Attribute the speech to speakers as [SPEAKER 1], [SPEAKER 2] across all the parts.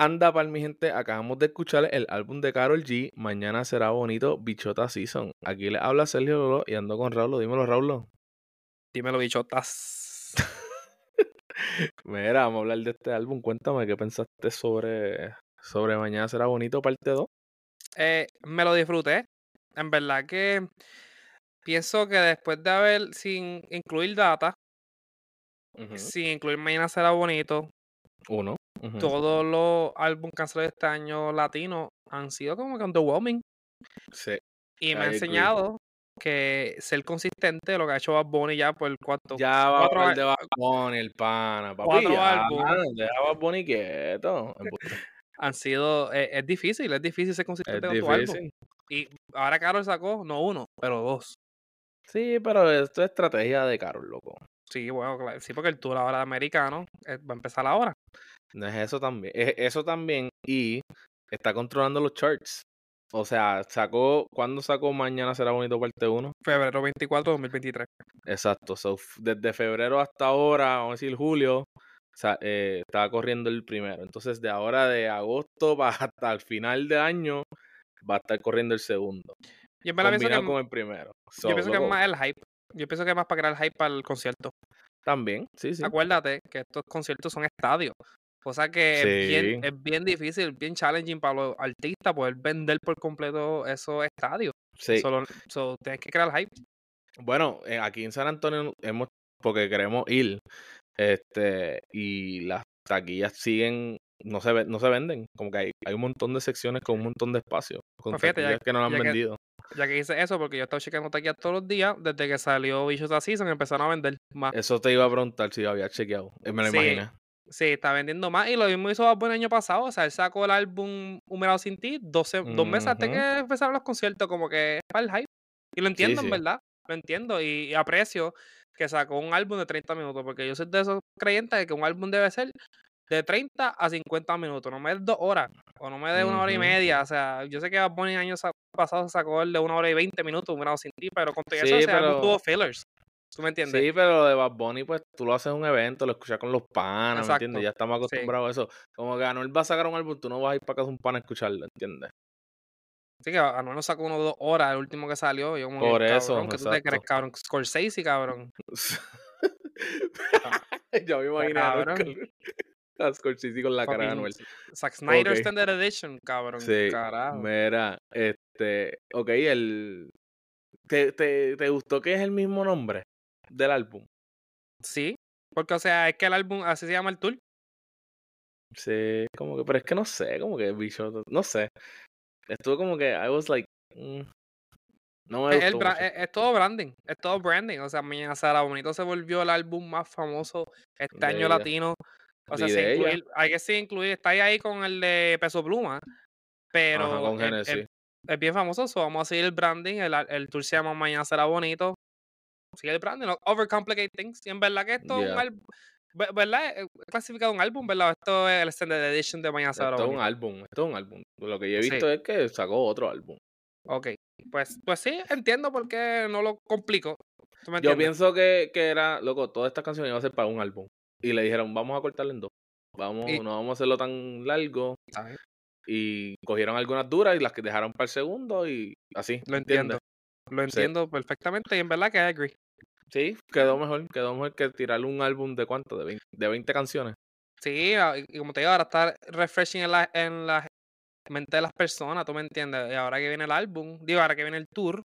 [SPEAKER 1] Anda pal, mi gente, acabamos de escuchar el álbum de Karol G. Mañana será bonito, Bichota Season. Aquí les habla Sergio Lolo y ando con Raulo. Dímelo, Raulo.
[SPEAKER 2] Dímelo, bichotas.
[SPEAKER 1] Mira, vamos a hablar de este álbum. Cuéntame qué pensaste sobre, sobre Mañana será bonito, parte 2.
[SPEAKER 2] Eh, me lo disfruté. En verdad que pienso que después de haber, sin incluir data,
[SPEAKER 1] Ujú.
[SPEAKER 2] sin incluir Mañana será bonito,
[SPEAKER 1] Uno. Ujú.
[SPEAKER 2] todos los álbumes cancelados este año latino han sido como que underwhelming.
[SPEAKER 1] Sí.
[SPEAKER 2] Y me ha
[SPEAKER 1] I agree.
[SPEAKER 2] enseñado que ser consistente, lo que ha hecho Bad Bunny ya por cuánto.
[SPEAKER 1] Ya va
[SPEAKER 2] Cuatro
[SPEAKER 1] a
[SPEAKER 2] al-
[SPEAKER 1] el de Bad Bunny, el pana. Papi,
[SPEAKER 2] cuatro
[SPEAKER 1] ya,
[SPEAKER 2] álbumes.
[SPEAKER 1] deja a Bad Bunny quieto. Embuste.
[SPEAKER 2] Han sido. eh, es difícil, es difícil ser
[SPEAKER 1] Es
[SPEAKER 2] consistente con tu álbum.
[SPEAKER 1] difícil.
[SPEAKER 2] Y ahora Carol sacó, no uno, pero dos.
[SPEAKER 1] Sí, pero esto es estrategia de Karol, loco.
[SPEAKER 2] Sí, bueno, claro, sí, porque el tour ahora de americano eh, va a empezar ahora.
[SPEAKER 1] No es eso también. Es eso también. Y está controlando los charts. O sea, sacó. ¿Cuándo sacó Mañana será bonito parte 1?
[SPEAKER 2] Febrero 24 de 2023.
[SPEAKER 1] Exacto. so, f- desde febrero hasta ahora, vamos a decir julio, sa- eh, estaba corriendo el primero. Entonces, de ahora de agosto pa- hasta el final de año, va a estar corriendo el segundo.
[SPEAKER 2] Yo en verdad pienso que,
[SPEAKER 1] Combinado
[SPEAKER 2] m-
[SPEAKER 1] con el primero.
[SPEAKER 2] yo
[SPEAKER 1] So,
[SPEAKER 2] pienso que es
[SPEAKER 1] loco,
[SPEAKER 2] más el hype. Yo pienso que es más para crear el hype para el concierto.
[SPEAKER 1] También, sí, sí.
[SPEAKER 2] Acuérdate que estos conciertos son estadios. Cosa que es bien,
[SPEAKER 1] Sí.
[SPEAKER 2] es bien difícil, bien challenging para los artistas poder vender por completo esos estadios.
[SPEAKER 1] Sí.
[SPEAKER 2] Solo so, tienes que crear el hype.
[SPEAKER 1] Bueno, eh, aquí en San Antonio hemos, porque queremos ir, este, y las taquillas siguen, no se, ve- no se venden, como que hay, hay un montón de secciones con un montón de espacio, con
[SPEAKER 2] Pues fíjate, ya,
[SPEAKER 1] taquillas que no las han
[SPEAKER 2] ya, que,
[SPEAKER 1] vendido.
[SPEAKER 2] ya que hice eso, porque yo he estado checando taquillas todos los días, desde que salió Bichos así Season empezaron a vender más.
[SPEAKER 1] Eso te iba a preguntar si había chequeado, eh, me lo
[SPEAKER 2] ah. Sí,
[SPEAKER 1] imaginé.
[SPEAKER 2] sí, está vendiendo más. Y lo mismo hizo Bad Bunny el año pasado. O sea, él sacó el álbum Humerado Sin Ti dos, se- dos meses antes
[SPEAKER 1] Ujú,
[SPEAKER 2] que empezaron los conciertos, como que es para el hype. Y lo
[SPEAKER 1] Sí,
[SPEAKER 2] entiendo, en
[SPEAKER 1] sí.
[SPEAKER 2] verdad. Lo entiendo y, y aprecio que sacó un álbum de 30 minutos, porque yo soy de esos creyentes de que un álbum debe ser de 30 a 50 minutos, no me des dos horas, o no me des una hora y
[SPEAKER 1] ujú.
[SPEAKER 2] media. O sea, yo sé que Bad Bunny el año sa- pasado sacó el de una hora y 20 minutos, Humerado Sin Ti, pero con todo eso
[SPEAKER 1] Sí,
[SPEAKER 2] ese álbum tuvo
[SPEAKER 1] pero,
[SPEAKER 2] fillers. ¿Tú me entiendes?
[SPEAKER 1] sí, pero lo de Bad Bunny, pues tú lo haces en un evento, lo escuchas con los panas, ¿me entiendes?
[SPEAKER 2] Exacto.
[SPEAKER 1] Ya estamos
[SPEAKER 2] Sí.
[SPEAKER 1] acostumbrados a eso. Como que Anuel va a sacar un álbum, tú no vas a ir para casa de un pana a escucharlo, ¿entiendes?
[SPEAKER 2] Así que Anuel nos sacó uno o dos horas, el último que salió. y Yo como que,
[SPEAKER 1] Por eso,
[SPEAKER 2] cabrón, que tú te crees,
[SPEAKER 1] exacto.
[SPEAKER 2] cabrón? Scorsese, cabrón. Ah,
[SPEAKER 1] Yo me
[SPEAKER 2] ah,
[SPEAKER 1] imaginé a Anuel
[SPEAKER 2] cabrón.
[SPEAKER 1] con a Scorsese con la cara de
[SPEAKER 2] Fucking
[SPEAKER 1] Anuel.
[SPEAKER 2] S- Zack Snyder
[SPEAKER 1] Ok,
[SPEAKER 2] Standard Edition, cabrón.
[SPEAKER 1] sí,
[SPEAKER 2] Carajo.
[SPEAKER 1] mira, este, ok, el... ¿Te, te, te gustó que es el mismo nombre del álbum?
[SPEAKER 2] Sí. Porque, o sea, es que el álbum, así se llama el tour.
[SPEAKER 1] Sí, como que, pero es que no sé, como que bicho, no sé. Estuvo como que, I was like, mm, no me
[SPEAKER 2] Es, el
[SPEAKER 1] gustó
[SPEAKER 2] bra- eh,
[SPEAKER 1] mucho.
[SPEAKER 2] es- es todo branding. Es todo branding. O sea, Mañana Sara Bonito se volvió el álbum más famoso este
[SPEAKER 1] De
[SPEAKER 2] año
[SPEAKER 1] ella.
[SPEAKER 2] latino. O sea,
[SPEAKER 1] Y
[SPEAKER 2] se
[SPEAKER 1] de ella.
[SPEAKER 2] incluir, hay que sí incluir, está ahí, ahí con el de Peso Pluma,
[SPEAKER 1] Ajá,
[SPEAKER 2] pero em,
[SPEAKER 1] con
[SPEAKER 2] es, es-
[SPEAKER 1] Genesis.
[SPEAKER 2] es bien famoso. so vamos a seguir el branding. El, al- el tour se llama Mañana Será Bonito. sigue el branding, no overcomplicate things. Y en verdad que esto es un
[SPEAKER 1] Ya.
[SPEAKER 2] álbum, ve- ¿verdad? Eh, Es clasificado un álbum, ¿verdad? Esto es el Standard Edition de Mañana Será
[SPEAKER 1] Esto es un
[SPEAKER 2] Bonito.
[SPEAKER 1] álbum, esto es un álbum. Lo que yo he
[SPEAKER 2] Sí,
[SPEAKER 1] visto es que sacó otro álbum.
[SPEAKER 2] ok. Pues, pues sí, entiendo por qué no lo complico. ¿Tú me
[SPEAKER 1] Yo
[SPEAKER 2] entiendes?
[SPEAKER 1] pienso que, que era, loco, todas estas canciones iban a ser para un álbum. Y le dijeron, vamos a cortarlo en dos.
[SPEAKER 2] Y,
[SPEAKER 1] Vamos, no vamos a hacerlo tan largo.
[SPEAKER 2] ¿sabes?
[SPEAKER 1] Y cogieron algunas duras y las que dejaron para el segundo y así,
[SPEAKER 2] Lo
[SPEAKER 1] ¿entiendes?
[SPEAKER 2] entiendo. Lo
[SPEAKER 1] Sí.
[SPEAKER 2] entiendo perfectamente y en verdad que I agree.
[SPEAKER 1] Sí, quedó mejor, quedó mejor que tirar un álbum de cuánto, de 20, de 20 canciones.
[SPEAKER 2] Sí, ah, y y como te digo, ahora está refreshing en la, en la mente de las personas, ¿tú me entiendes? Y ahora que viene el álbum, digo, ahora que viene el tour,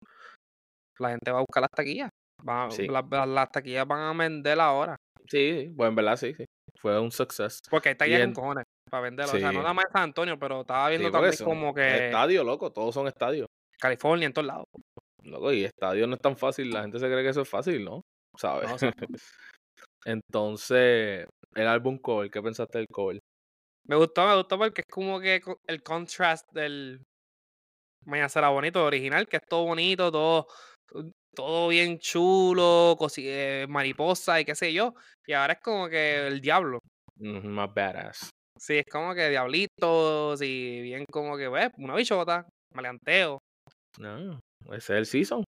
[SPEAKER 2] la gente va a buscar las taquillas. Va-
[SPEAKER 1] Sí.
[SPEAKER 2] la- la- las taquillas van a vender ahora.
[SPEAKER 1] Sí, sí, bueno, en verdad, sí, sí. Fue un success.
[SPEAKER 2] Porque hay
[SPEAKER 1] Y
[SPEAKER 2] taquillas con
[SPEAKER 1] en,
[SPEAKER 2] cojones para venderlo. O sea, no
[SPEAKER 1] sí,
[SPEAKER 2] nada más en San Antonio, pero estaba viendo
[SPEAKER 1] sí, porque
[SPEAKER 2] también
[SPEAKER 1] son
[SPEAKER 2] como que
[SPEAKER 1] estadios, loco, todos son estadios.
[SPEAKER 2] California en todos lados.
[SPEAKER 1] Loco, y estadio no es tan fácil, la gente se cree que eso es fácil, ¿no? ¿Sabes?
[SPEAKER 2] No, exacto.
[SPEAKER 1] Entonces, el álbum cover, ¿qué pensaste del cover?
[SPEAKER 2] Me gustó, me gustó porque es como que co- el contrast del Mañana será bonito original, que es todo bonito, todo, mm, todo bien chulo, cosi- eh, mariposa y qué sé yo. Y ahora es como que el diablo.
[SPEAKER 1] Ujú, Mm, Más badass.
[SPEAKER 2] Sí, es como que diablitos y bien como que, ves, una bichota, maleanteo.
[SPEAKER 1] No, Ah, ese es el season.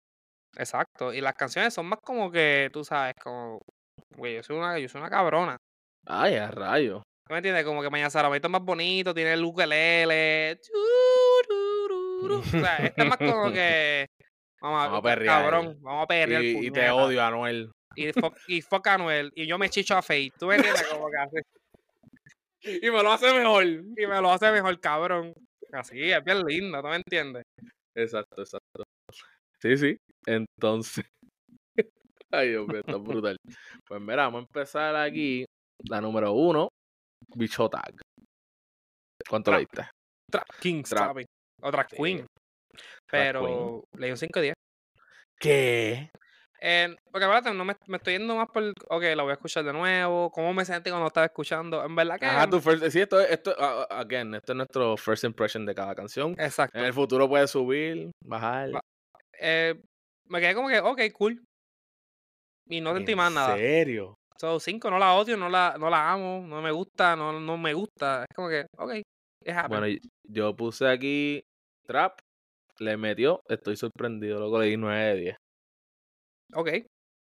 [SPEAKER 2] Exacto. Y las canciones son más como que, tú sabes, como, güey, yo soy una, yo soy una cabrona.
[SPEAKER 1] Ay, a rayo.
[SPEAKER 2] ¿Tú ¿Me entiendes? Como que Mañana Sara Bonito es más bonito, tiene el ukelele. O sea, este es más como que. Vamos,
[SPEAKER 1] Vamos a
[SPEAKER 2] a
[SPEAKER 1] perrear.
[SPEAKER 2] Cabrón, vamos a perrear.
[SPEAKER 1] Y, y te
[SPEAKER 2] puñeta.
[SPEAKER 1] odio, Anuel.
[SPEAKER 2] Y fuck, y fuck Anuel. Y yo me chicho a Faith. ¿Tú me entiendes? Como que así. Y me lo hace mejor. Y me lo hace mejor, cabrón. Así, es bien lindo, ¿tú me entiendes?
[SPEAKER 1] Exacto, exacto. Sí, sí. Entonces. Ay, Dios mío, está brutal. Pues mira, vamos a empezar aquí. La número uno, Bicho Tag. ¿Cuánto le
[SPEAKER 2] Tra-
[SPEAKER 1] diste?
[SPEAKER 2] Trap Kings,
[SPEAKER 1] Trap.
[SPEAKER 2] papi. O Trap
[SPEAKER 1] Sí,
[SPEAKER 2] Queen. Pero le di un 5 10.
[SPEAKER 1] ¿Qué?
[SPEAKER 2] Eh, porque espérate, no me, me estoy yendo más por. Ok, la voy a escuchar de nuevo. ¿Cómo me sentí cuando estaba escuchando? En verdad que.
[SPEAKER 1] Ajá, Ah, tu first. Sí, esto, es- esto, a- a- again, este es nuestro first impression de cada canción.
[SPEAKER 2] Exacto.
[SPEAKER 1] En el futuro puedes subir, bajar.
[SPEAKER 2] Ba- Eh, me quedé como que, ok, cool. Y no sentí más nada.
[SPEAKER 1] serio?
[SPEAKER 2] So, 5 no la odio, no la, no la amo, no me gusta, no, no me gusta. Es como que, ok, es happy.
[SPEAKER 1] Bueno, y- yo puse aquí Trap. Le metió, estoy sorprendido, loco, le di 9 de 10.
[SPEAKER 2] ok,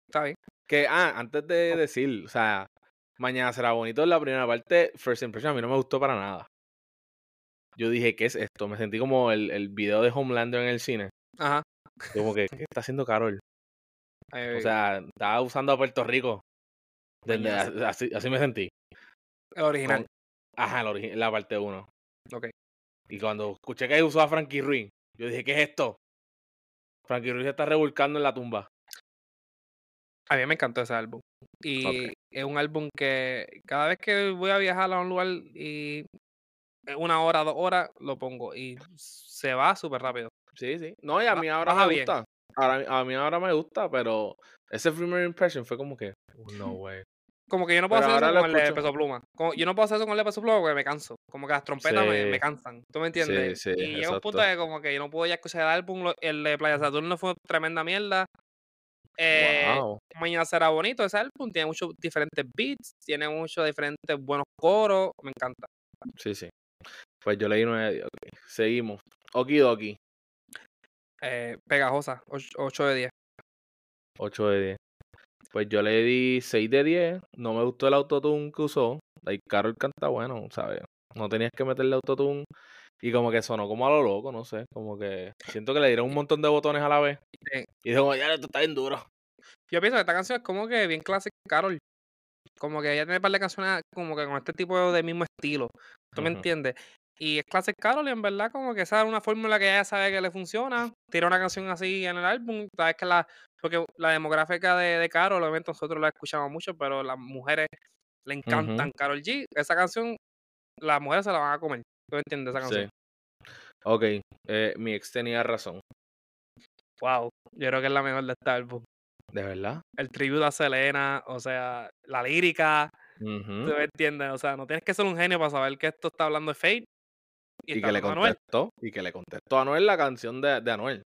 [SPEAKER 2] está bien.
[SPEAKER 1] Que, ah, antes de decir, o sea, mañana será bonito en la primera parte, First Impression a mí no me gustó para nada. Yo dije, ¿qué es esto? Me sentí como el, el video de Homelander en el cine.
[SPEAKER 2] Ajá.
[SPEAKER 1] Como que, ¿qué está haciendo Carol? O
[SPEAKER 2] eh,
[SPEAKER 1] sea, estaba usando a Puerto Rico. Desde-
[SPEAKER 2] Mañana se-
[SPEAKER 1] así, así me sentí.
[SPEAKER 2] el original.
[SPEAKER 1] Ajá, la, origi- la parte 1.
[SPEAKER 2] Ok.
[SPEAKER 1] Y cuando escuché que usó a Frankie Ruiz, yo dije, ¿qué es esto? Frankie Ruiz se está revolcando en la tumba.
[SPEAKER 2] A mí me encantó ese álbum. Y es un álbum que cada vez que voy a viajar a un lugar y eh, una hora, dos horas, lo pongo. Y se va súper rápido.
[SPEAKER 1] Sí, sí. No, y a
[SPEAKER 2] Ba-
[SPEAKER 1] mí ahora me
[SPEAKER 2] baja Ah, bien.
[SPEAKER 1] gusta. Ahora- a mí ahora me gusta, pero ese primer impression fue como que, "Oh, no, güey.
[SPEAKER 2] Como que yo no puedo
[SPEAKER 1] Pero
[SPEAKER 2] hacer
[SPEAKER 1] ahora
[SPEAKER 2] eso
[SPEAKER 1] lo
[SPEAKER 2] con el de
[SPEAKER 1] escucho.
[SPEAKER 2] peso pluma. Como- yo no puedo hacer eso con el de peso pluma porque me canso. Como que las trompetas me, me
[SPEAKER 1] Sí.
[SPEAKER 2] cansan. ¿Tú me entiendes?
[SPEAKER 1] sí,
[SPEAKER 2] y llega un punto
[SPEAKER 1] exacto.
[SPEAKER 2] que como que yo no puedo ya escuchar el álbum. lo- El de Playa Saturno fue tremenda mierda. Eh,
[SPEAKER 1] wow.
[SPEAKER 2] Mañana será bonito ese álbum. Tiene muchos diferentes beats. Tiene muchos diferentes buenos coros. Me encanta.
[SPEAKER 1] Sí, sí. Pues yo leí 9 de 10. ok. Seguimos. Okidoki,
[SPEAKER 2] Eh, pegajosa. 8 de 10.
[SPEAKER 1] 8 de 10. Pues yo le di 6 de 10. No me gustó el autotune que usó. Like, Carol canta bueno, ¿sabes? No tenías que meterle autotune. Y como que sonó como a lo loco, no sé. Como que siento que le dieron un montón de botones a la vez.
[SPEAKER 2] Sí.
[SPEAKER 1] Y dijo, ya, esto está bien duro.
[SPEAKER 2] Yo pienso que esta canción es como que bien clásica, Carol. Como que ella tiene un par de canciones como que con este tipo de mismo estilo. ¿Tú me
[SPEAKER 1] Ujú.
[SPEAKER 2] entiendes? Y es Classic Carol y en verdad como que esa es una fórmula que ella sabe que le funciona. Tira una canción así en el álbum. Sabes que la, porque la demográfica de, de Carol, obviamente nosotros la escuchamos mucho, pero las mujeres le encantan Carol G. Esa canción, las mujeres se la van a comer. ¿Tú me entiendes esa canción?
[SPEAKER 1] Sí. Ok, eh, mi ex tenía razón.
[SPEAKER 2] Wow. Yo creo que es la mejor de este álbum.
[SPEAKER 1] ¿De verdad?
[SPEAKER 2] El tributo a Selena, o sea, la lírica.
[SPEAKER 1] Ujú.
[SPEAKER 2] ¿Tú me entiendes? O sea, no tienes que ser un genio para saber que esto está hablando de Fate.
[SPEAKER 1] Y que le
[SPEAKER 2] hablando de Anuel.
[SPEAKER 1] contestó. Y que le contestó a Anuel la canción de, de Anuel.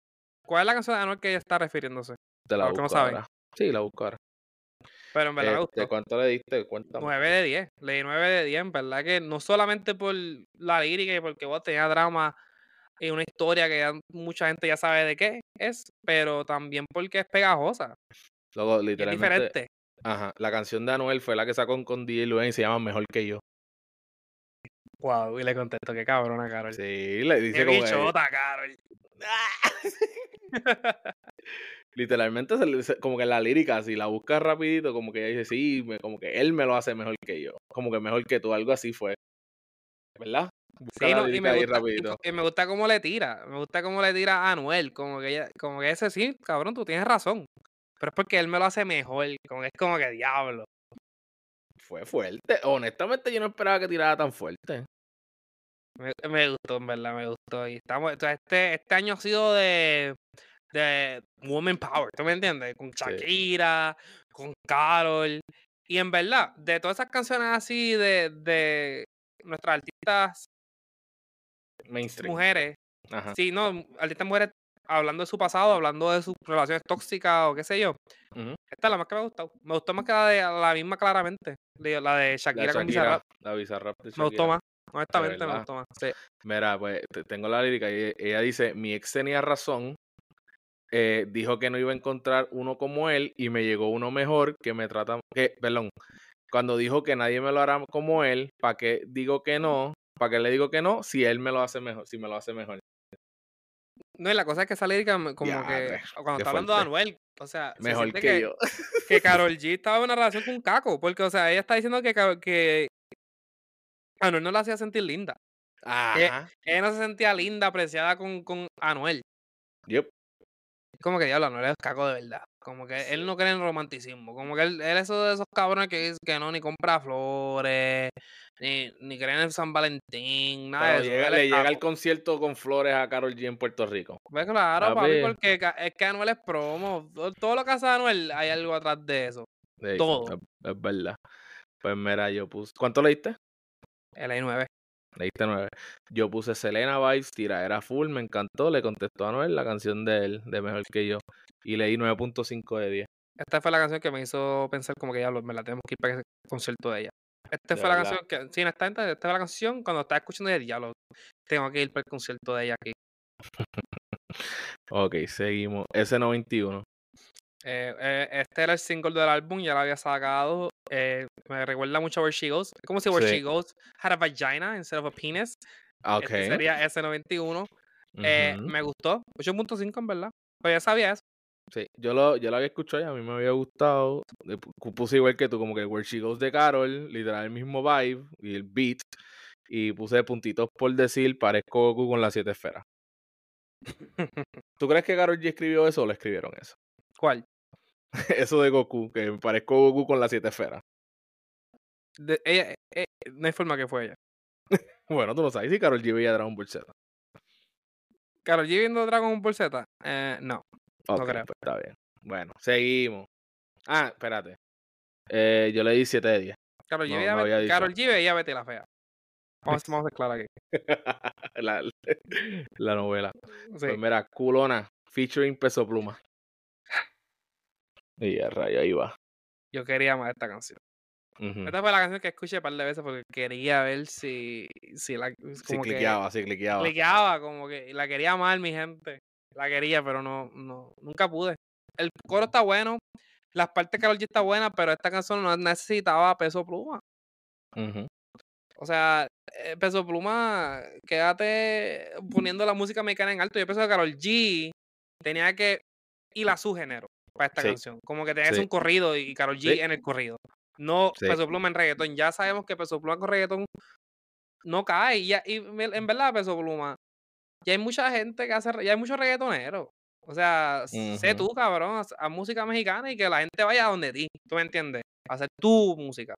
[SPEAKER 2] ¿Cuál es la canción de Anuel que ella está refiriéndose?
[SPEAKER 1] Te la
[SPEAKER 2] Para los que no
[SPEAKER 1] busco
[SPEAKER 2] saben.
[SPEAKER 1] ahora. Sí, la busco ahora.
[SPEAKER 2] Pero en verdad
[SPEAKER 1] Este,
[SPEAKER 2] me gustó.
[SPEAKER 1] ¿Cuánto le diste? Cuéntame.
[SPEAKER 2] 9 de 10. Le di 9 de 10, en verdad que no solamente por la lírica y porque vos tenía drama y una historia que ya mucha gente ya sabe de qué es, pero también porque es pegajosa.
[SPEAKER 1] Luego,
[SPEAKER 2] Y es
[SPEAKER 1] literalmente.
[SPEAKER 2] diferente.
[SPEAKER 1] Ajá. La canción de Anuel fue la que sacó con DJ Luen y se llama Mejor que yo.
[SPEAKER 2] Wow, y le contesto, qué cabrona, Carol.
[SPEAKER 1] Sí, le
[SPEAKER 2] Qué
[SPEAKER 1] dice como. que-
[SPEAKER 2] bichota, Carol.
[SPEAKER 1] literalmente, se le- se- como que la lírica, si la buscas rapidito, como que ella dice, sí, me- como que él me lo hace mejor que yo. Como que mejor que tú, algo así fue. ¿Verdad? Busca
[SPEAKER 2] Sí,
[SPEAKER 1] la
[SPEAKER 2] no, y,
[SPEAKER 1] lírica
[SPEAKER 2] me
[SPEAKER 1] ahí
[SPEAKER 2] gusta, y
[SPEAKER 1] rapidito.
[SPEAKER 2] co- y me gusta cómo le tira. Me gusta cómo le tira a Anuel. Como que, ella- como que ese sí, cabrón, tú tienes razón. Pero es porque él me lo hace mejor. Como que es como que diablo.
[SPEAKER 1] Fue fuerte. Honestamente, yo no esperaba que tirara tan fuerte.
[SPEAKER 2] Me, me gustó, en verdad, me gustó. Y estamos, o sea, este, este año ha sido de, de Woman Power, ¿tú me entiendes? Con Shakira, con Carol. Y en verdad, de todas esas canciones así de, de nuestras artistas
[SPEAKER 1] Mainstream.
[SPEAKER 2] mujeres,
[SPEAKER 1] Ajá.
[SPEAKER 2] sí, no, mu- artistas mujeres hablando de su pasado, hablando de sus relaciones tóxicas o qué sé yo.
[SPEAKER 1] Ujú.
[SPEAKER 2] Esta es la más que me ha gustado. Me gustó más que la de la misma claramente. de- La de
[SPEAKER 1] La
[SPEAKER 2] Shakira,
[SPEAKER 1] de
[SPEAKER 2] con
[SPEAKER 1] Shakira,
[SPEAKER 2] Bizarrap.
[SPEAKER 1] la Bizarrap de
[SPEAKER 2] Me gustó
[SPEAKER 1] Shakira.
[SPEAKER 2] más. Honestamente, me
[SPEAKER 1] verdad.
[SPEAKER 2] gustó más. Sí.
[SPEAKER 1] Mira, pues te- tengo la lírica y e- ella dice, mi ex tenía razón, eh, dijo que no iba a encontrar uno como él y me llegó uno mejor que me trata, que, perdón, Cuando dijo que nadie me lo hará como él, ¿para qué digo que no? ¿Para qué le digo que no? Si él me lo hace mejor, si me lo hace mejor.
[SPEAKER 2] No, y la cosa es que esa lírica me- como
[SPEAKER 1] Ya,
[SPEAKER 2] que.
[SPEAKER 1] re,
[SPEAKER 2] Cuando
[SPEAKER 1] qué
[SPEAKER 2] está hablando de
[SPEAKER 1] fuerte.
[SPEAKER 2] Anuel, o sea. se
[SPEAKER 1] Mejor
[SPEAKER 2] siente
[SPEAKER 1] que, yo.
[SPEAKER 2] que Carol G estaba en una relación con Caco, porque, o sea, ella está diciendo que, Karol- que Anuel no la hacía sentir linda.
[SPEAKER 1] Ajá.
[SPEAKER 2] Ella no se sentía linda, apreciada con, con Anuel.
[SPEAKER 1] Yup.
[SPEAKER 2] Es Como que diablo, Anuel es Caco de verdad. Como que él no cree en romanticismo. Como que él, él es de esos cabrones que dice que no, ni compra flores, ni, ni creen en San Valentín, nada
[SPEAKER 1] Pero
[SPEAKER 2] de Ah, eso.
[SPEAKER 1] llega-
[SPEAKER 2] Él es
[SPEAKER 1] le llega
[SPEAKER 2] Caco.
[SPEAKER 1] el concierto con flores a Carol G en Puerto Rico.
[SPEAKER 2] Pues claro, papi,
[SPEAKER 1] Papi.
[SPEAKER 2] porque ca- es que Anuel es promo. To- Todo lo que hace Anuel, hay algo atrás de eso.
[SPEAKER 1] Sí,
[SPEAKER 2] Todo.
[SPEAKER 1] Es, es verdad. Pues mira, yo puse. ¿Cuánto le diste?
[SPEAKER 2] El I9.
[SPEAKER 1] Le diste nueve. Yo puse Selena Vibes, tiradera full, me encantó. Le contestó a Noel la canción de él, de mejor que yo. Y leí 9.5 de 10.
[SPEAKER 2] Esta fue la canción que me hizo pensar como que ya me la tenemos que ir para ese concierto de ella. Esta
[SPEAKER 1] De
[SPEAKER 2] fue la
[SPEAKER 1] verdad.
[SPEAKER 2] canción que, sí, en esta, esta fue la canción cuando estaba escuchando el diablo. Tengo que ir para el concierto de ella aquí.
[SPEAKER 1] Ok, seguimos. S91.
[SPEAKER 2] Eh, eh, este era el single del álbum, ya lo había sacado. eh, me recuerda mucho a Where She Goes. Es como si Where
[SPEAKER 1] Sí.
[SPEAKER 2] She Goes had a vagina instead of a penis.
[SPEAKER 1] Ah, Ok.
[SPEAKER 2] Este sería S91. Eh,
[SPEAKER 1] ujú.
[SPEAKER 2] Me gustó. 8.5 en verdad. Pues ya sabía eso.
[SPEAKER 1] Sí, yo lo, yo lo había escuchado y a mí me había gustado. Le pu- cu- Puse igual que tú, como que Where She Goes de Carol, literal el mismo vibe y el beat. Y puse puntitos por decir, parezco Goku con las siete esferas. ¿Tú crees que Carol G escribió eso o le escribieron eso?
[SPEAKER 2] ¿Cuál?
[SPEAKER 1] eso de Goku, que parezco Goku con las siete esferas.
[SPEAKER 2] De- ella, eh, no hay forma que fue ella.
[SPEAKER 1] Bueno, tú no sabes si Carol G veía Dragon Ball Z.
[SPEAKER 2] Carol G viendo Dragon Ball Z. Eh, no.
[SPEAKER 1] Ok,
[SPEAKER 2] creo.
[SPEAKER 1] pues está bien. Bueno, seguimos. Ah, espérate. Eh, yo le di 7 de 10.
[SPEAKER 2] Carol G,
[SPEAKER 1] No,
[SPEAKER 2] veía
[SPEAKER 1] no
[SPEAKER 2] Bet-
[SPEAKER 1] había dicho.
[SPEAKER 2] Karol G veía Betty la fea. Vamos, vamos a ser claros aquí.
[SPEAKER 1] la, la novela. Pues
[SPEAKER 2] Sí.
[SPEAKER 1] mira, culona, featuring peso pluma. Y a rayo, ahí va.
[SPEAKER 2] Yo quería más esta canción.
[SPEAKER 1] Ujú.
[SPEAKER 2] Esta fue la canción que escuché un par de veces porque quería ver si, si la
[SPEAKER 1] Sí,
[SPEAKER 2] como que
[SPEAKER 1] cliqueaba, sí, cliqueaba.
[SPEAKER 2] cliqueaba, como que la quería amar, mi gente. La quería, pero no, no, nunca pude. El coro está bueno, las partes de Carol G está buena, pero esta canción no necesitaba peso pluma.
[SPEAKER 1] Ujú.
[SPEAKER 2] O sea, eh, Peso Pluma, quédate poniendo la música mexicana en alto. Yo pienso que Carol G tenía que ir a su género para esta
[SPEAKER 1] Sí.
[SPEAKER 2] canción. Como que tenía que
[SPEAKER 1] Sí.
[SPEAKER 2] ser un corrido y Carol G
[SPEAKER 1] Sí.
[SPEAKER 2] en el corrido. No
[SPEAKER 1] Sí.
[SPEAKER 2] Peso Pluma en reggaetón. Ya sabemos que Peso Pluma con reggaetón no cae. Y, ya- y ve- en verdad, Peso Pluma, ya hay mucha gente que hace, re- ya hay muchos reggaetoneros. O sea, sé
[SPEAKER 1] Ujú.
[SPEAKER 2] tú, cabrón, haz- haz música mexicana y que la gente vaya a donde ti. ¿Tú me entiendes? A Hacer tu música.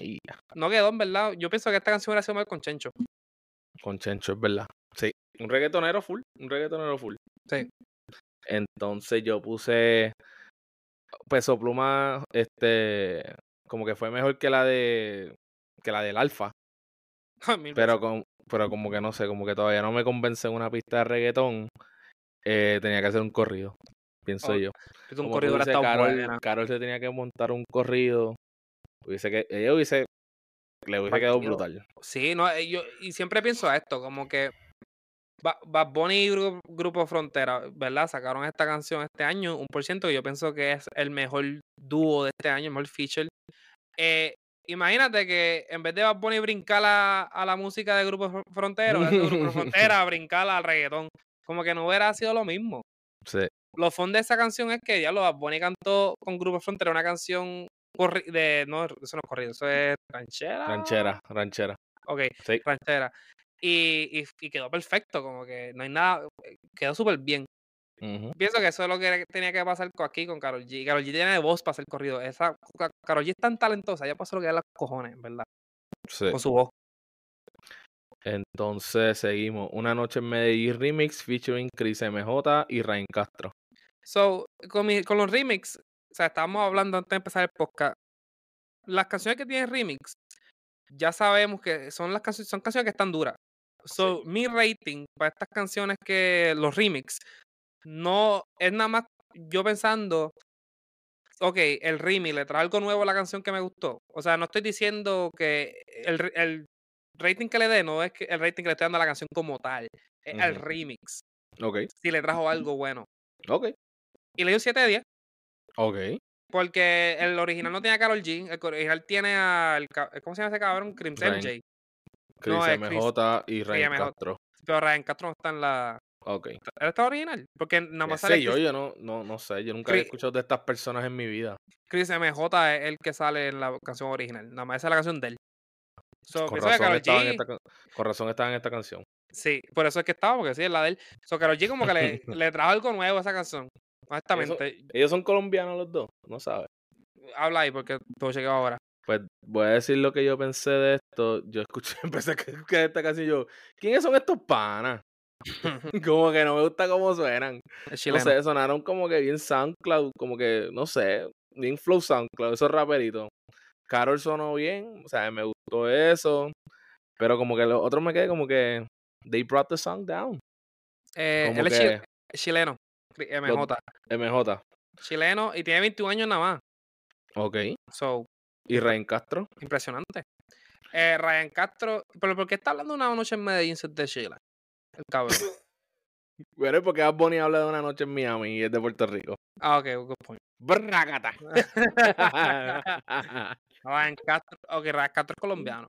[SPEAKER 1] Y
[SPEAKER 2] No quedó, en verdad. Yo pienso que esta canción hubiera sido mejor con Chencho.
[SPEAKER 1] con Chencho, es verdad. Sí, un reggaetonero full, un reggaetonero full.
[SPEAKER 2] Sí.
[SPEAKER 1] Entonces yo puse peso pluma, este, como que fue mejor que la de, que la del alfa.
[SPEAKER 2] Mil veces.
[SPEAKER 1] pero con, pero como que no sé, como que todavía no me convence en una pista de reggaetón, eh, tenía que hacer un corrido, pienso
[SPEAKER 2] Ok.
[SPEAKER 1] yo.
[SPEAKER 2] Es un
[SPEAKER 1] Como tú
[SPEAKER 2] corredor
[SPEAKER 1] dices,
[SPEAKER 2] hasta
[SPEAKER 1] Carol,
[SPEAKER 2] buena.
[SPEAKER 1] Carol se tenía que montar un corrido, hubiese que, ella hubiese, le hubiese quedado
[SPEAKER 2] Partido.
[SPEAKER 1] brutal.
[SPEAKER 2] Sí, no, eh, yo y siempre pienso esto, como que Ba- Bad Bunny y Gru- Grupo Frontera, ¿verdad? Sacaron esta canción este año, un por ciento, que yo pienso que es el mejor dúo de este año, el mejor feature. Eh, imagínate que en vez de Bad Bunny brincar a, a la música de Grupo Fro- Frontera, hubiese sido Grupo Frontera brincar al reggaetón, como que no hubiera sido lo mismo.
[SPEAKER 1] Sí,
[SPEAKER 2] Lo fondo de esa canción es que, diablo, Bad Bunny cantó con Grupo Frontera una canción corri- de, no, eso no es corrido, eso es ranchera.
[SPEAKER 1] ranchera,
[SPEAKER 2] Ah.
[SPEAKER 1] ranchera.
[SPEAKER 2] Ok,
[SPEAKER 1] Sí.
[SPEAKER 2] ranchera. Y, y, y quedó perfecto, como que no hay nada, eh, quedó súper bien.
[SPEAKER 1] ujú.
[SPEAKER 2] Pienso que eso es lo que era- tenía que pasar con aquí con Carol G. Carol G tiene voz para hacer corrido. Esa, Carol G es tan talentosa, ya pasó lo que da los cojones, en ¿verdad?
[SPEAKER 1] Sí.
[SPEAKER 2] Con su voz.
[SPEAKER 1] Entonces seguimos. Una noche en Medellín Remix featuring Chris MJ y Rain Castro.
[SPEAKER 2] So, con, mi- con los remix, o sea, estábamos hablando antes de empezar el podcast. Las canciones que tienen remix, ya sabemos que son las canciones, son canciones que están duras. So, mi rating para estas canciones que los remix, no es nada más yo pensando, ok, el remix le trae algo nuevo a la canción que me gustó. O sea, no estoy diciendo que el, re- el rating que le dé no es que el rating que le estoy dando a la canción como tal, es al
[SPEAKER 1] Ujú.
[SPEAKER 2] remix,
[SPEAKER 1] Ok,
[SPEAKER 2] si le trajo algo bueno.
[SPEAKER 1] ok,
[SPEAKER 2] Y le dio 7 de 10.
[SPEAKER 1] ok.
[SPEAKER 2] Porque el original no tiene a Carol G. El original tiene al. ca- ¿Cómo se llama ese cabrón? Crimson
[SPEAKER 1] Ryan
[SPEAKER 2] J.
[SPEAKER 1] Chris
[SPEAKER 2] No, es eh, Chris-
[SPEAKER 1] MJ y Rey
[SPEAKER 2] MJ.
[SPEAKER 1] Castro.
[SPEAKER 2] Pero Ryan Castro no está en la.
[SPEAKER 1] Ok.
[SPEAKER 2] Él está original. Porque nada
[SPEAKER 1] No
[SPEAKER 2] más sale.
[SPEAKER 1] yo,
[SPEAKER 2] Chris,
[SPEAKER 1] yo no, no, no sé. Yo nunca había
[SPEAKER 2] Chris-
[SPEAKER 1] escuchado de estas personas en mi vida.
[SPEAKER 2] Chris MJ es el que sale en la canción original. Nada más esa es la canción de él. So,
[SPEAKER 1] Con
[SPEAKER 2] pienso que
[SPEAKER 1] razón,
[SPEAKER 2] Karol
[SPEAKER 1] estaba en
[SPEAKER 2] G-
[SPEAKER 1] esta, can- con razón estaba en esta canción.
[SPEAKER 2] Sí, por eso es que estaba, porque sí, es la de él. So, Karol G como que le, le trajo algo nuevo a esa canción. Honestamente,
[SPEAKER 1] Ellos son colombianos los dos, no sabes.
[SPEAKER 2] habla ahí porque todo chequeo ahora.
[SPEAKER 1] Pues voy a decir lo que yo pensé de esto. Yo escuché, empecé a escuchar esta canción y yo, ¿quiénes son estos panas? como que no me gusta cómo suenan.
[SPEAKER 2] El
[SPEAKER 1] No
[SPEAKER 2] chileno.
[SPEAKER 1] sé, sonaron como que bien SoundCloud, como que, no sé, bien Flow SoundCloud, esos raperitos. Carol sonó bien, o sea, me gustó eso. Pero como que los otros me quedé como que, they brought the song down.
[SPEAKER 2] Eh,
[SPEAKER 1] Como
[SPEAKER 2] él es
[SPEAKER 1] que
[SPEAKER 2] chi- chileno. Cri- MJ.
[SPEAKER 1] MJ,
[SPEAKER 2] Chileno y tiene 21 años nada más.
[SPEAKER 1] ok.
[SPEAKER 2] So,
[SPEAKER 1] Y Ryan Castro,
[SPEAKER 2] impresionante. Eh, Ryan Castro, pero ¿por qué está hablando de una noche en Medellín si es de Chile? El cabrón.
[SPEAKER 1] bueno, porque Bad Bunny habla de una noche en Miami y es de Puerto Rico.
[SPEAKER 2] Ah, ok, good point.
[SPEAKER 1] Bracata.
[SPEAKER 2] Ryan Castro, ok, Ryan Castro es colombiano.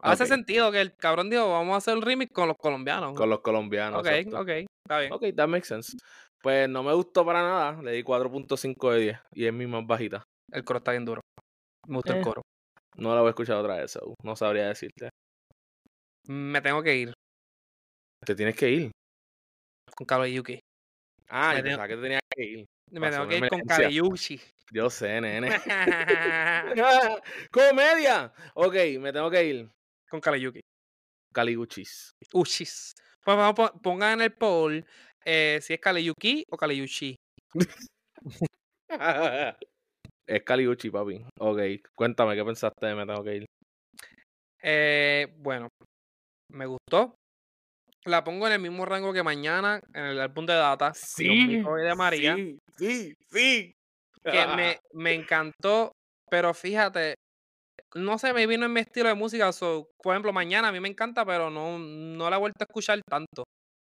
[SPEAKER 2] Hace
[SPEAKER 1] Ok.
[SPEAKER 2] sentido que el cabrón dijo, vamos a hacer el remix con los colombianos.
[SPEAKER 1] Con los colombianos.
[SPEAKER 2] ok,
[SPEAKER 1] exacto.
[SPEAKER 2] ok, está bien.
[SPEAKER 1] Ok, that makes sense. Pues no me gustó para nada. Le di 4.5 de 10 y es mi más bajita.
[SPEAKER 2] El coro está bien duro. Me gusta
[SPEAKER 1] Eh.
[SPEAKER 2] el coro.
[SPEAKER 1] No la voy a escuchar otra vez, so, no sabría decirte.
[SPEAKER 2] Me tengo que ir
[SPEAKER 1] Te tienes que ir.
[SPEAKER 2] con Karayuki.
[SPEAKER 1] Ah,
[SPEAKER 2] Me
[SPEAKER 1] yo
[SPEAKER 2] tengo-
[SPEAKER 1] pensaba que te tenía que ir.
[SPEAKER 2] Me
[SPEAKER 1] Pasó
[SPEAKER 2] tengo
[SPEAKER 1] una
[SPEAKER 2] que ir con
[SPEAKER 1] emergencia.
[SPEAKER 2] Karayuki.
[SPEAKER 1] Yo sé, nene. ¡Comedia! Ok, me tengo que ir.
[SPEAKER 2] con Karayuki.
[SPEAKER 1] Caliguchis.
[SPEAKER 2] Uchis. Pues vamos, po- pongan en el poll eh, si es Kaleyuki o Kaleyuchi.
[SPEAKER 1] es Caliguchi, papi. Ok, cuéntame qué pensaste de me tengo que ir.
[SPEAKER 2] Eh, bueno, me gustó. La pongo en el mismo rango que mañana en el álbum de data. Hoy de María.
[SPEAKER 1] Sí, sí, sí.
[SPEAKER 2] Que me, me encantó, pero fíjate, no sé, me vino en mi estilo de música. so, por ejemplo, mañana a mí me encanta, pero no, no la he vuelto a escuchar tanto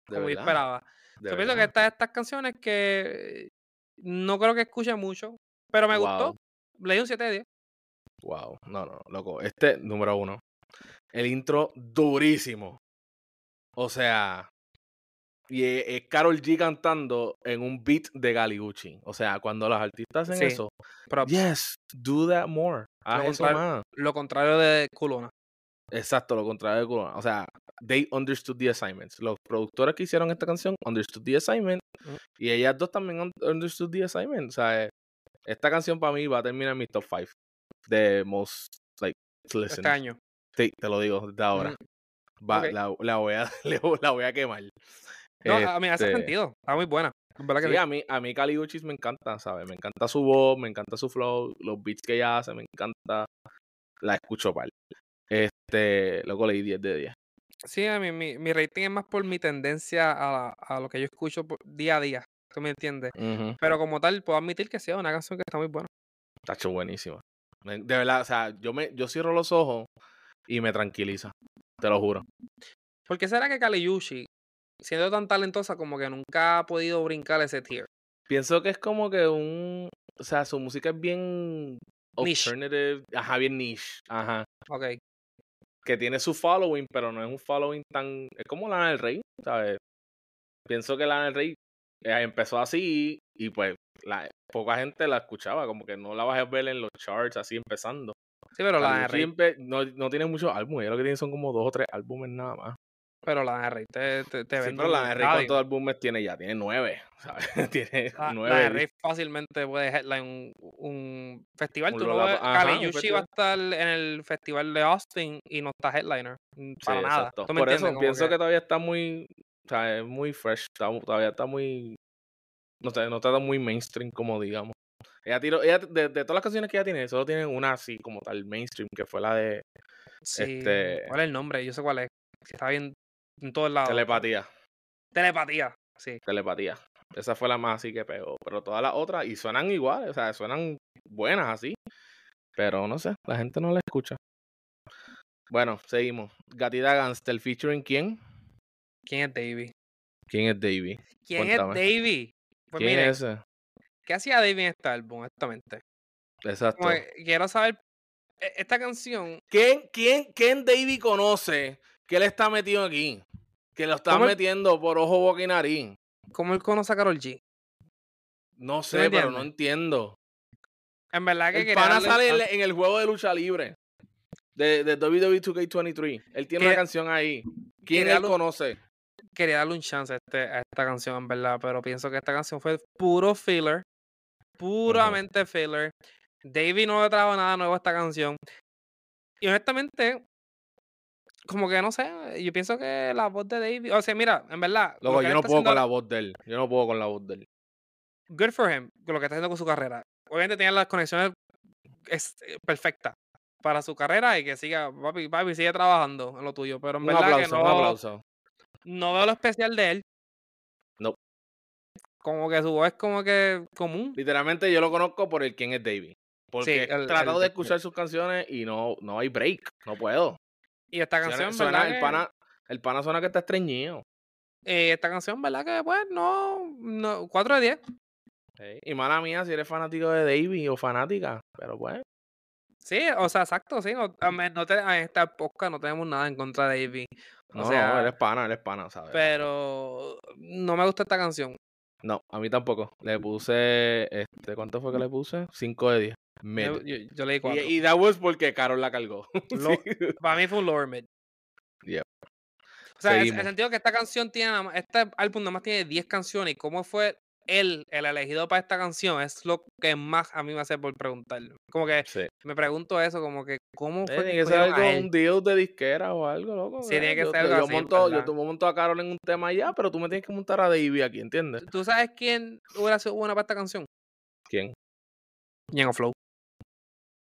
[SPEAKER 1] De
[SPEAKER 2] como yo
[SPEAKER 1] verdad,
[SPEAKER 2] esperaba.
[SPEAKER 1] de
[SPEAKER 2] yo pienso que
[SPEAKER 1] verdad.
[SPEAKER 2] estas, estas canciones que eh, no creo que escuche mucho, pero me
[SPEAKER 1] Wow.
[SPEAKER 2] gustó. Le di un 7 de 10.
[SPEAKER 1] Wow, no, no, loco. Este, número uno. El intro durísimo. O sea, y e, es, Carol G cantando en un beat de Galiguchi. O sea, cuando los artistas hacen
[SPEAKER 2] Sí,
[SPEAKER 1] eso,
[SPEAKER 2] Props.
[SPEAKER 1] yes, do that more. Haz
[SPEAKER 2] Lo
[SPEAKER 1] eso
[SPEAKER 2] contrario-
[SPEAKER 1] más.
[SPEAKER 2] Lo contrario de Culona.
[SPEAKER 1] Exacto, lo contrario de Corona. O sea, they understood the assignments. Los productores que hicieron esta canción understood the assignment.
[SPEAKER 2] Ujú.
[SPEAKER 1] Y ellas dos también un- understood the assignment. O sea, eh, esta canción para mí va a terminar en mi top 5 de most, like, listened.
[SPEAKER 2] Este año. Mm,
[SPEAKER 1] Sí, te lo digo desde ahora. Va-
[SPEAKER 2] ok.
[SPEAKER 1] la, la voy a, le voy- la voy a quemar.
[SPEAKER 2] No, a mí hace
[SPEAKER 1] Este,
[SPEAKER 2] sentido. Está muy buena. en ¿Verdad que
[SPEAKER 1] sí,
[SPEAKER 2] sí?
[SPEAKER 1] a mí, a mí Kali Uchis me encanta, ¿sabes? Me encanta su voz, me encanta su flow, los beats que ella hace, me encanta. La escucho par. Este, loco, leí 10 de 10.
[SPEAKER 2] Sí, a mí mi, mi rating es más por mi tendencia a, a lo que yo escucho por- día a día. ¿Tú me entiendes? Pero como tal, puedo admitir que sí, es una canción que está muy buena.
[SPEAKER 1] Está hecho buenísima. Me- De verdad, o sea, yo, me, yo cierro los ojos y me tranquiliza. Te lo juro.
[SPEAKER 2] ¿Por qué será que Kaleyushi, siendo tan talentosa, como que nunca ha podido brincar ese tier?
[SPEAKER 1] Pienso que es como que un. O sea, su música es bien.
[SPEAKER 2] Niche.
[SPEAKER 1] Alternative. Ajá, bien niche. Ajá.
[SPEAKER 2] Ok.
[SPEAKER 1] que tiene su following, pero no es un following tan. Es como Lana del Rey, ¿sabes? Pienso que Lana del Rey eh, empezó así y pues la, poca gente la escuchaba, como que no la vas a ver en los charts así empezando.
[SPEAKER 2] Sí, pero la de
[SPEAKER 1] Karol G
[SPEAKER 2] Rey.
[SPEAKER 1] empe- no, no tiene muchos álbumes, ella lo que tiene son como dos o tres álbumes nada más.
[SPEAKER 2] Pero la de Rey te, te, te
[SPEAKER 1] Sí,
[SPEAKER 2] vende
[SPEAKER 1] pero
[SPEAKER 2] un
[SPEAKER 1] Lana del Rey,
[SPEAKER 2] estadio.
[SPEAKER 1] ¿cuántos álbumes tiene ya? Tiene nueve, ¿sabes? tiene
[SPEAKER 2] Ah, La,
[SPEAKER 1] nueve.
[SPEAKER 2] la de
[SPEAKER 1] di-
[SPEAKER 2] Rey fácilmente puede headline un, un festival.
[SPEAKER 1] Un
[SPEAKER 2] Tú no
[SPEAKER 1] Lollapa-
[SPEAKER 2] ves,
[SPEAKER 1] ajá,
[SPEAKER 2] Kali
[SPEAKER 1] un
[SPEAKER 2] Yushi va a estar en el festival de Austin y no está headliner. mm,
[SPEAKER 1] Sí,
[SPEAKER 2] Para nada.
[SPEAKER 1] exacto.
[SPEAKER 2] ¿Tú me
[SPEAKER 1] Por
[SPEAKER 2] entiendes?
[SPEAKER 1] eso
[SPEAKER 2] Como
[SPEAKER 1] pienso que...
[SPEAKER 2] que-
[SPEAKER 1] todavía está muy, o sea, es muy fresh, está mu- todavía está muy, no sé, no está tan muy mainstream como digamos. Ella tiró, ella, de, de todas las canciones que ella tiene, solo tiene una así como tal mainstream, que fue la de
[SPEAKER 2] Sí,
[SPEAKER 1] este-
[SPEAKER 2] ¿Cuál es el nombre? Yo sé cuál es. que Está bien en todos lados.
[SPEAKER 1] Telepatía,
[SPEAKER 2] Telepatía. Sí.
[SPEAKER 1] Telepatía. Esa fue la más así que pegó, pero todas las otras, y suenan iguales, o sea, suenan buenas así, pero no sé, la gente no la escucha. Bueno, seguimos. Gatita Gangster, featuring quién?
[SPEAKER 2] ¿Quién es Davey?
[SPEAKER 1] ¿Quién es Davey?
[SPEAKER 2] ¿Quién
[SPEAKER 1] Cuéntame.
[SPEAKER 2] es Davey? Pues
[SPEAKER 1] ¿Quién
[SPEAKER 2] miren,
[SPEAKER 1] es ese?
[SPEAKER 2] ¿qué hacía Davey en este álbum, honestamente?
[SPEAKER 1] Exacto.
[SPEAKER 2] Como que quiero saber, e- esta canción,
[SPEAKER 1] ¿Quién, quién, quién Davey conoce que él está metido aquí? Que lo están
[SPEAKER 2] ¿Cómo el-
[SPEAKER 1] metiendo por ojo, boca y nariz.
[SPEAKER 2] ¿cómo él conoce a Karol G?
[SPEAKER 1] No sé, pero no
[SPEAKER 2] entiendes?
[SPEAKER 1] entiendo.
[SPEAKER 2] En verdad que
[SPEAKER 1] El
[SPEAKER 2] quería
[SPEAKER 1] pana
[SPEAKER 2] darle-
[SPEAKER 1] sale en, la- en el juego de lucha libre de, de E WWE 2K23. Él tiene una
[SPEAKER 2] Que-
[SPEAKER 1] canción ahí. ¿Quién
[SPEAKER 2] que
[SPEAKER 1] él
[SPEAKER 2] algo-
[SPEAKER 1] conoce?
[SPEAKER 2] quería darle un chance a, este- a esta canción, en verdad, pero pienso que esta canción fue puro filler, puramente filler. Davey no le trajo nada nuevo a esta canción. Y honestamente, como que no sé, yo pienso que la voz de Davey, o sea, mira, en verdad,
[SPEAKER 1] Loco,
[SPEAKER 2] que
[SPEAKER 1] yo
[SPEAKER 2] él
[SPEAKER 1] no
[SPEAKER 2] está
[SPEAKER 1] puedo con
[SPEAKER 2] haciendo-
[SPEAKER 1] la voz de él. Yo no puedo con la voz de él.
[SPEAKER 2] good for him, con lo que está haciendo con su carrera. Obviamente tenía las conexiones es- eh, perfectas para su carrera y que siga, papi, papi, sigue trabajando en lo tuyo, pero en
[SPEAKER 1] Un
[SPEAKER 2] verdad
[SPEAKER 1] aplauso,
[SPEAKER 2] que no,
[SPEAKER 1] un aplauso.
[SPEAKER 2] no veo lo especial de él.
[SPEAKER 1] No.
[SPEAKER 2] Como que su voz es como que común.
[SPEAKER 1] Literalmente yo lo conozco por el quién es Davey. Porque he
[SPEAKER 2] el-
[SPEAKER 1] tratado
[SPEAKER 2] el-
[SPEAKER 1] de escuchar sus canciones y no, no hay break. No puedo.
[SPEAKER 2] Y esta
[SPEAKER 1] Suena-
[SPEAKER 2] canción,
[SPEAKER 1] suena-
[SPEAKER 2] ¿verdad?
[SPEAKER 1] el,
[SPEAKER 2] que-
[SPEAKER 1] pana, el pana suena que está estreñido.
[SPEAKER 2] eh, esta canción, ¿verdad? Que pues no, no 4 de 10.
[SPEAKER 1] Ey, Y mala mía si eres fanático de Davey o fanática. Pero pues,
[SPEAKER 2] Sí, o sea, exacto, sí. No, a me- no te- en esta podcast no tenemos nada en contra de Davey. O
[SPEAKER 1] no, no,
[SPEAKER 2] sea,
[SPEAKER 1] eres pana, eres pana, ¿sabes?
[SPEAKER 2] pero no me gusta esta canción.
[SPEAKER 1] No, a mí tampoco. Le puse, este, ¿cuánto fue que le puse? 5 de 10. Mid.
[SPEAKER 2] Yo, yo- yo le di 4.
[SPEAKER 1] Y, y that was porque Carol la cargó.
[SPEAKER 2] Lo- Para mí fue un lower mid.
[SPEAKER 1] Yep.
[SPEAKER 2] O sea, en
[SPEAKER 1] Seguimos.
[SPEAKER 2] el sentido que esta canción tiene, nada más- este álbum nada más tiene 10 canciones y cómo fue él el elegido para esta canción es lo que más a mí me hace por preguntarlo. Como que
[SPEAKER 1] Sí.
[SPEAKER 2] me pregunto eso, como que cómo fue
[SPEAKER 1] tiene
[SPEAKER 2] que
[SPEAKER 1] que ser
[SPEAKER 2] escogieron a
[SPEAKER 1] algo,
[SPEAKER 2] él?
[SPEAKER 1] un deal de disquera o algo, loco.
[SPEAKER 2] Sí, tiene
[SPEAKER 1] eh,
[SPEAKER 2] que
[SPEAKER 1] yo,
[SPEAKER 2] ser algo
[SPEAKER 1] yo
[SPEAKER 2] así,
[SPEAKER 1] monto, yo
[SPEAKER 2] ¿verdad?
[SPEAKER 1] te monto a Carol en un tema ya, pero tú me tienes que montar a Davey aquí, ¿entiendes?
[SPEAKER 2] ¿Tú sabes quién hubiera sido buena para esta canción?
[SPEAKER 1] ¿Quién?
[SPEAKER 2] Ñengo Flow.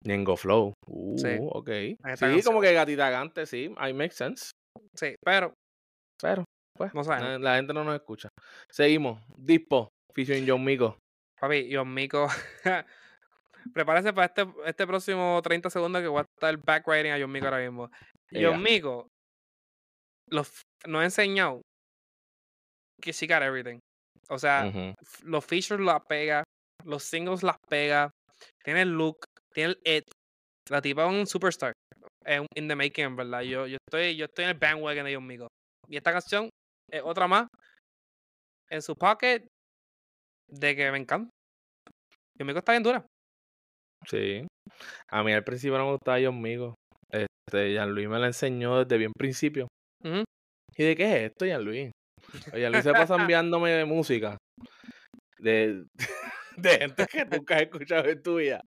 [SPEAKER 1] Nengo Flow. Uh,
[SPEAKER 2] Sí.
[SPEAKER 1] ok. Sí,
[SPEAKER 2] esta canción.
[SPEAKER 1] como que gatita gante, sí. I make sense.
[SPEAKER 2] Sí, pero
[SPEAKER 1] Pero, pues,
[SPEAKER 2] no
[SPEAKER 1] na-
[SPEAKER 2] sabemos.
[SPEAKER 1] la gente no nos escucha. Seguimos. Dispo, featuring John Mico.
[SPEAKER 2] Papi, Dios mico. Prepárese para este, este próximo 30 segundos que voy a estar backwriting a John Mico ahora mismo.
[SPEAKER 1] Ella.
[SPEAKER 2] John Mico los, f- nos ha enseñado que she got everything. O sea,
[SPEAKER 1] Ujú.
[SPEAKER 2] f- los features las pega, los singles las pega, tiene el look, tiene el it. La tipa es un superstar. Es un in the making, en verdad. Yo, yo, estoy, yo estoy en el bandwagon de John Mico. Y esta canción es otra más en su pocket de que me encanta. John Mico está bien dura.
[SPEAKER 1] Sí. A mí al principio no me gustaba John Mico. Este, Jean-Louis me la enseñó desde bien principio.
[SPEAKER 2] Ujú.
[SPEAKER 1] ¿Y de qué es esto, Jean-Louis? Oye, Jean-Louis se pasa enviándome de música. De, de gente que nunca has escuchado en tu vida.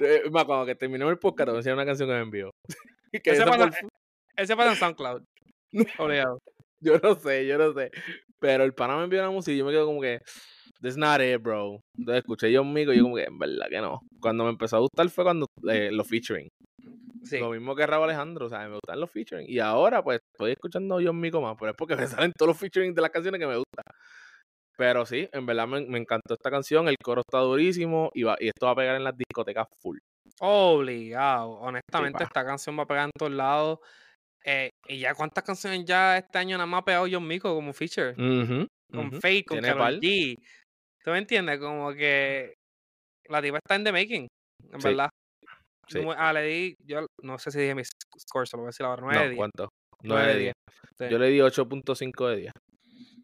[SPEAKER 1] Eh, Más cuando que terminó el podcast, te voy a enseñar una canción que me envió. Y que
[SPEAKER 2] Ese
[SPEAKER 1] esa
[SPEAKER 2] pasa-
[SPEAKER 1] por-
[SPEAKER 2] Ese pasa en SoundCloud. Obligado.
[SPEAKER 1] Yo no sé, yo no sé. Pero el pana me envió la música y yo me quedo como que, that's not it, bro. Entonces escuché John Mico y yo como que, en verdad que no. Cuando me empezó a gustar fue cuando eh, los featuring.
[SPEAKER 2] Sí.
[SPEAKER 1] Lo mismo que Raúl Alejandro, o sea, me gustan los featuring. Y ahora, pues, estoy escuchando John Mico más, pero es porque me salen todos los featuring de las canciones que me gustan. Pero sí, en verdad me, me encantó esta canción, el coro está durísimo y, va, y esto va a pegar en las discotecas full.
[SPEAKER 2] Obligado. Honestamente,
[SPEAKER 1] pa.
[SPEAKER 2] esta canción va a pegar en todos lados. Eh, y ya cuántas canciones ya este año nada más ha pegado John Mico como feature.
[SPEAKER 1] Ujú,
[SPEAKER 2] Con
[SPEAKER 1] ujú.
[SPEAKER 2] Fake, con
[SPEAKER 1] tiene
[SPEAKER 2] Karol
[SPEAKER 1] pal.
[SPEAKER 2] G. ¿Tú me entiendes? Como que la tipa está en the making. En
[SPEAKER 1] Sí,
[SPEAKER 2] verdad.
[SPEAKER 1] sí.
[SPEAKER 2] Mu- Ah, le di, yo no sé si dije mis scores, se lo voy a decir ahora. 9
[SPEAKER 1] No, ¿cuánto? 9 de 10.
[SPEAKER 2] Sí.
[SPEAKER 1] Yo le di 8.5 de 10.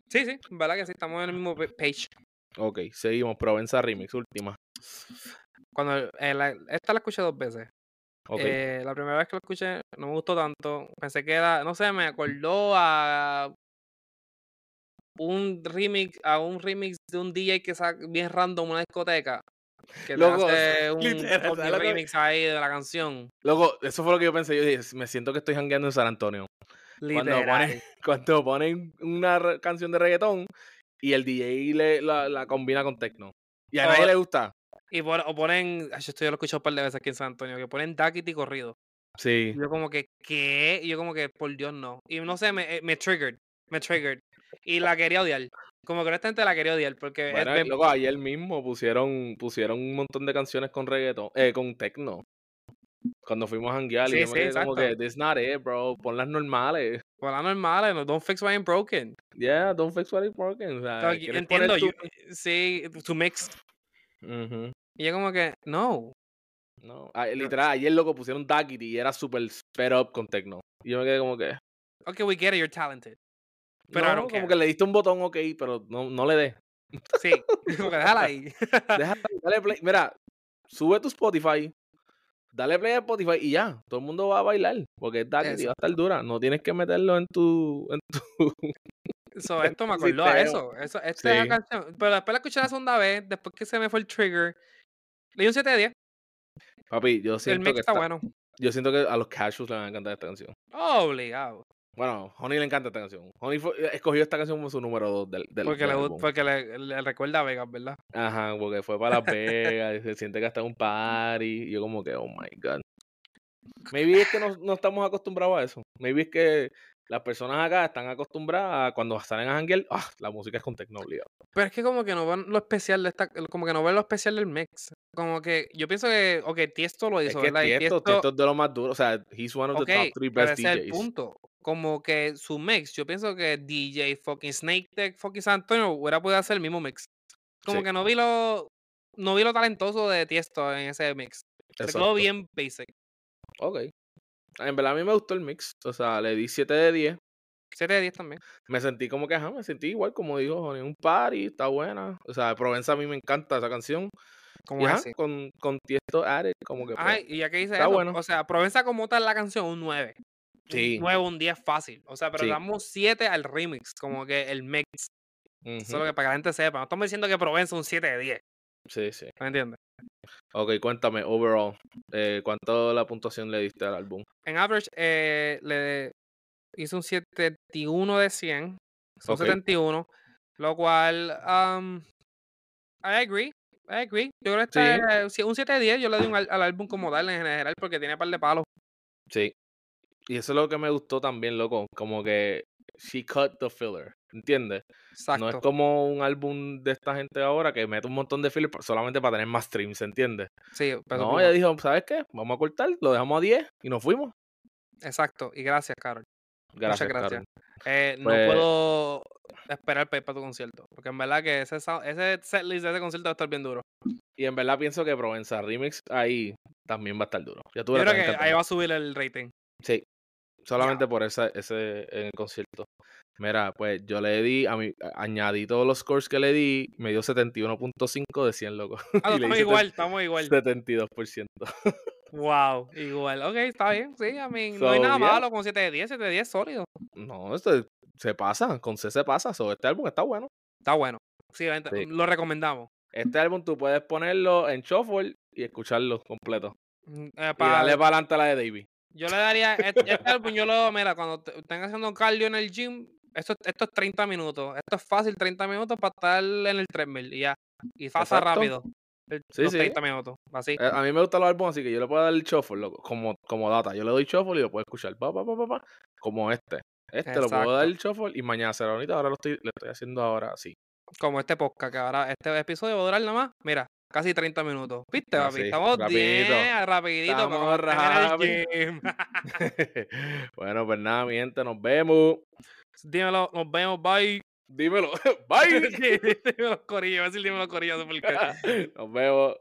[SPEAKER 2] Sí, sí, en verdad que sí, estamos en el mismo pa- page.
[SPEAKER 1] Ok, seguimos. Provenza Remix, última.
[SPEAKER 2] Cuando eh, la- esta la escuché dos veces.
[SPEAKER 1] Ok.
[SPEAKER 2] Eh, la primera vez que lo escuché no me gustó tanto. Pensé que era, no sé, me acordó a un remix, a un remix de un DJ que saca bien random una discoteca. Que te
[SPEAKER 1] Loco,
[SPEAKER 2] hace un
[SPEAKER 1] literal, ¿sabes
[SPEAKER 2] ovni
[SPEAKER 1] lo que-
[SPEAKER 2] remix ahí de la canción.
[SPEAKER 1] Luego,
[SPEAKER 2] eh.
[SPEAKER 1] eso fue lo que yo pensé. Yo dije, me siento que estoy jangueando en San Antonio. Cuando
[SPEAKER 2] Literal.
[SPEAKER 1] ponen, cuando ponen una re- canción de reggaetón y el DJ le, la, la combina con techno. Y a
[SPEAKER 2] O-
[SPEAKER 1] nadie le gusta.
[SPEAKER 2] Y pon- o ponen, ay, yo esto yo lo he escuchado un par de veces aquí en San Antonio, que ponen Duckity corrido.
[SPEAKER 1] Sí.
[SPEAKER 2] Y Yo como que, ¿qué? Y yo como que, por Dios, no. Y no sé, me, eh, me triggered, me triggered. Y la quería odiar. Como que honestamente la quería odiar, porque eh, es-
[SPEAKER 1] Bueno,
[SPEAKER 2] me-
[SPEAKER 1] luego ayer mismo pusieron, pusieron un montón de canciones con reggaetón, eh, con techno. Cuando fuimos a janguear y
[SPEAKER 2] Sí,
[SPEAKER 1] yo me
[SPEAKER 2] sí,
[SPEAKER 1] quedé como que,
[SPEAKER 2] exacto.
[SPEAKER 1] this not it, bro. Pon las normales.
[SPEAKER 2] Por la normal, no, don't fix what ain't broken.
[SPEAKER 1] Yeah, don't fix what is broken. O sea,
[SPEAKER 2] Como que
[SPEAKER 1] ¿quieres poner
[SPEAKER 2] entiendo,
[SPEAKER 1] tú?
[SPEAKER 2] yo- sí, tu mix.
[SPEAKER 1] Ujú.
[SPEAKER 2] Y yo como que, no,
[SPEAKER 1] No, ah, literal, ayer loco pusieron Duckity y era super sped up con Tecno. Y yo me quedé como que.
[SPEAKER 2] Ok, we get it, you're talented. Pero I
[SPEAKER 1] no,
[SPEAKER 2] don't
[SPEAKER 1] como
[SPEAKER 2] care.
[SPEAKER 1] que le diste un botón ok, pero no, no le des.
[SPEAKER 2] Sí, como que déjala ahí.
[SPEAKER 1] Déjala, dale play. Mira, sube tu Spotify, dale play a Spotify y ya, todo el mundo va a bailar. Porque es Duckity, va a estar dura. No tienes que meterlo en tu. en
[SPEAKER 2] So,
[SPEAKER 1] Es
[SPEAKER 2] esto me
[SPEAKER 1] un
[SPEAKER 2] acordó a
[SPEAKER 1] sistema.
[SPEAKER 2] eso. eso esta
[SPEAKER 1] Sí.
[SPEAKER 2] canción- pero después la escuché la segunda vez, después que se me fue el trigger. Le di un 7 de 10.
[SPEAKER 1] tu- Papi, yo
[SPEAKER 2] El
[SPEAKER 1] siento,
[SPEAKER 2] mix
[SPEAKER 1] que
[SPEAKER 2] está
[SPEAKER 1] esta-
[SPEAKER 2] bueno.
[SPEAKER 1] yo siento que a los casuals le van a encantar esta canción.
[SPEAKER 2] Obligado. Bueno,
[SPEAKER 1] Honey le encanta esta canción. Honey fue- eh, escogió esta canción como su número 2 del, del,
[SPEAKER 2] Porque,
[SPEAKER 1] del
[SPEAKER 2] le,
[SPEAKER 1] álbum.
[SPEAKER 2] gust- porque le, le recuerda a Vegas, ¿verdad?
[SPEAKER 1] Ajá, porque fue para Las Vegas, y se siente que está en un party. Y yo como que, oh my God. Maybe es que no, no estamos acostumbrados a eso. Maybe es que las personas acá están acostumbradas a cuando salen a janguear, ah, la música es con tecno obligado.
[SPEAKER 2] Pero es que como que no ven lo especial de esta, como que no ven lo especial del mix. Como que yo pienso que, ok, Tiesto lo
[SPEAKER 1] Es
[SPEAKER 2] hizo,
[SPEAKER 1] que
[SPEAKER 2] ¿verdad? Y
[SPEAKER 1] Tiesto, Tiesto es de lo más duro. O sea, he's one of
[SPEAKER 2] ok,
[SPEAKER 1] the top three
[SPEAKER 2] pero
[SPEAKER 1] best
[SPEAKER 2] ese es el
[SPEAKER 1] DJs.
[SPEAKER 2] punto. Como que su mix, yo pienso que DJ fucking Snake Tech, fucking San Antonio hubiera podido hacer el mismo mix. Como
[SPEAKER 1] Sí.
[SPEAKER 2] que no vi lo, no vi lo talentoso de Tiesto en ese mix. Se
[SPEAKER 1] Exacto.
[SPEAKER 2] quedó bien basic.
[SPEAKER 1] Ok. En verdad a mí me gustó el mix. O sea, le di 7 de 10.
[SPEAKER 2] 7 de 10 también.
[SPEAKER 1] Me sentí como que, ajá, me sentí igual, como dijo Honey, un party, está buena. O sea, Provenza a mí me encanta esa canción.
[SPEAKER 2] Como
[SPEAKER 1] Y ajá,
[SPEAKER 2] así.
[SPEAKER 1] con, con Tiesto added, como que pues,
[SPEAKER 2] Ay, y ya que dice
[SPEAKER 1] está
[SPEAKER 2] eso,
[SPEAKER 1] bueno.
[SPEAKER 2] o sea, Provenza como tal la canción, un 9.
[SPEAKER 1] Sí.
[SPEAKER 2] Un 9, un 10 fácil. O sea, pero
[SPEAKER 1] Sí.
[SPEAKER 2] damos 7 al remix, como que el mix.
[SPEAKER 1] ujú,
[SPEAKER 2] Solo que para que la gente sepa. No estamos diciendo que Provenza un 7 de 10.
[SPEAKER 1] Sí, sí.
[SPEAKER 2] ¿Me entiendes?
[SPEAKER 1] Ok, cuéntame, overall, eh, ¿cuánto la puntuación le diste al álbum?
[SPEAKER 2] En average eh, le hice un 71 de 100. Son
[SPEAKER 1] Ok.
[SPEAKER 2] 71. Lo cual. am, I agree. I agree. Yo creo que
[SPEAKER 1] Sí.
[SPEAKER 2] está, eh, si- un 7 de 10. Yo le doy un al, al álbum como tal en general porque tiene par de palos.
[SPEAKER 1] Sí. Y eso es lo que me gustó también, loco. Como que she cut the filler, ¿entiendes?
[SPEAKER 2] Exacto.
[SPEAKER 1] No es como un álbum de esta gente ahora que mete un montón de filler pa- solamente para tener más streams, ¿entiendes?
[SPEAKER 2] sí, peso
[SPEAKER 1] no,
[SPEAKER 2] pluma.
[SPEAKER 1] ella dijo, ¿sabes qué? Vamos a cortar, lo dejamos a 10 y nos fuimos.
[SPEAKER 2] Exacto. Y gracias, Carol.
[SPEAKER 1] Gracias,
[SPEAKER 2] gracias.
[SPEAKER 1] Karen.
[SPEAKER 2] Eh,
[SPEAKER 1] Pues-
[SPEAKER 2] No puedo esperar para ir para tu concierto. Porque en verdad que ese, sou- ese setlist de ese concierto va a estar bien duro.
[SPEAKER 1] Y en verdad pienso que Provenza Remix ahí también va a estar duro. Ya tú
[SPEAKER 2] Yo
[SPEAKER 1] la
[SPEAKER 2] creo
[SPEAKER 1] estás
[SPEAKER 2] que
[SPEAKER 1] encantando.
[SPEAKER 2] ahí va a subir el rating.
[SPEAKER 1] Sí, solamente por esa, ese en el concierto. Mira, pues yo le di, a mi, a- añadí todos los scores que le di, me dio 71.5 de 100, loco. Y
[SPEAKER 2] Ah, no,
[SPEAKER 1] le
[SPEAKER 2] estamos
[SPEAKER 1] hice
[SPEAKER 2] igual, estamos igual.
[SPEAKER 1] 72%.
[SPEAKER 2] Wow, igual. Ok, está bien. Sí, a mí no hay
[SPEAKER 1] So,
[SPEAKER 2] nada
[SPEAKER 1] yeah.
[SPEAKER 2] malo con 7 de 10, 7 de 10 sólido.
[SPEAKER 1] No, este, se pasa, con C se pasa. So, este álbum está bueno.
[SPEAKER 2] Está bueno. Sí, la gente-
[SPEAKER 1] Sí.
[SPEAKER 2] lo recomendamos.
[SPEAKER 1] Este álbum tú puedes ponerlo en shuffle y escucharlo completo.
[SPEAKER 2] Mm, eh,
[SPEAKER 1] Y
[SPEAKER 2] pa-
[SPEAKER 1] darle para adelante a la de Davey.
[SPEAKER 2] Yo le daría este, este álbum, yo lo, mira, cuando te- estén haciendo cardio en el gym, esto, esto es 30 minutos. Esto es fácil, 30 minutos para estar en el 3000 y ya. Y pasa
[SPEAKER 1] Exacto.
[SPEAKER 2] rápido. el-
[SPEAKER 1] Sí,
[SPEAKER 2] los
[SPEAKER 1] sí.
[SPEAKER 2] 30 minutos, así.
[SPEAKER 1] Eh, A mí me gustan los álbumes, así que yo le puedo dar el shuffle, loco, como, como data. Yo le doy shuffle y lo puedo escuchar, pa, pa, pa, pa, pa, como este. Este lo puedo dar el shuffle y mañana será bonito. Ahora lo estoy, lo estoy haciendo ahora así.
[SPEAKER 2] Como este podcast, que ahora este episodio va a durar nada más. Mira, casi 30 minutos. ¿Viste,
[SPEAKER 1] Ah,
[SPEAKER 2] papi?
[SPEAKER 1] sí,
[SPEAKER 2] Estamos
[SPEAKER 1] rapidito.
[SPEAKER 2] bien, rapidito. para
[SPEAKER 1] Estamos
[SPEAKER 2] cuando estén en el gym.
[SPEAKER 1] bueno, pues nada, mi gente, nos vemos.
[SPEAKER 2] Dímelo, nos vemos, bye.
[SPEAKER 1] Dímelo. Bye.
[SPEAKER 2] Sí, dímelo, Corillo. Iba a decir dímelo, Corillo. no sé por qué.
[SPEAKER 1] nos vemos.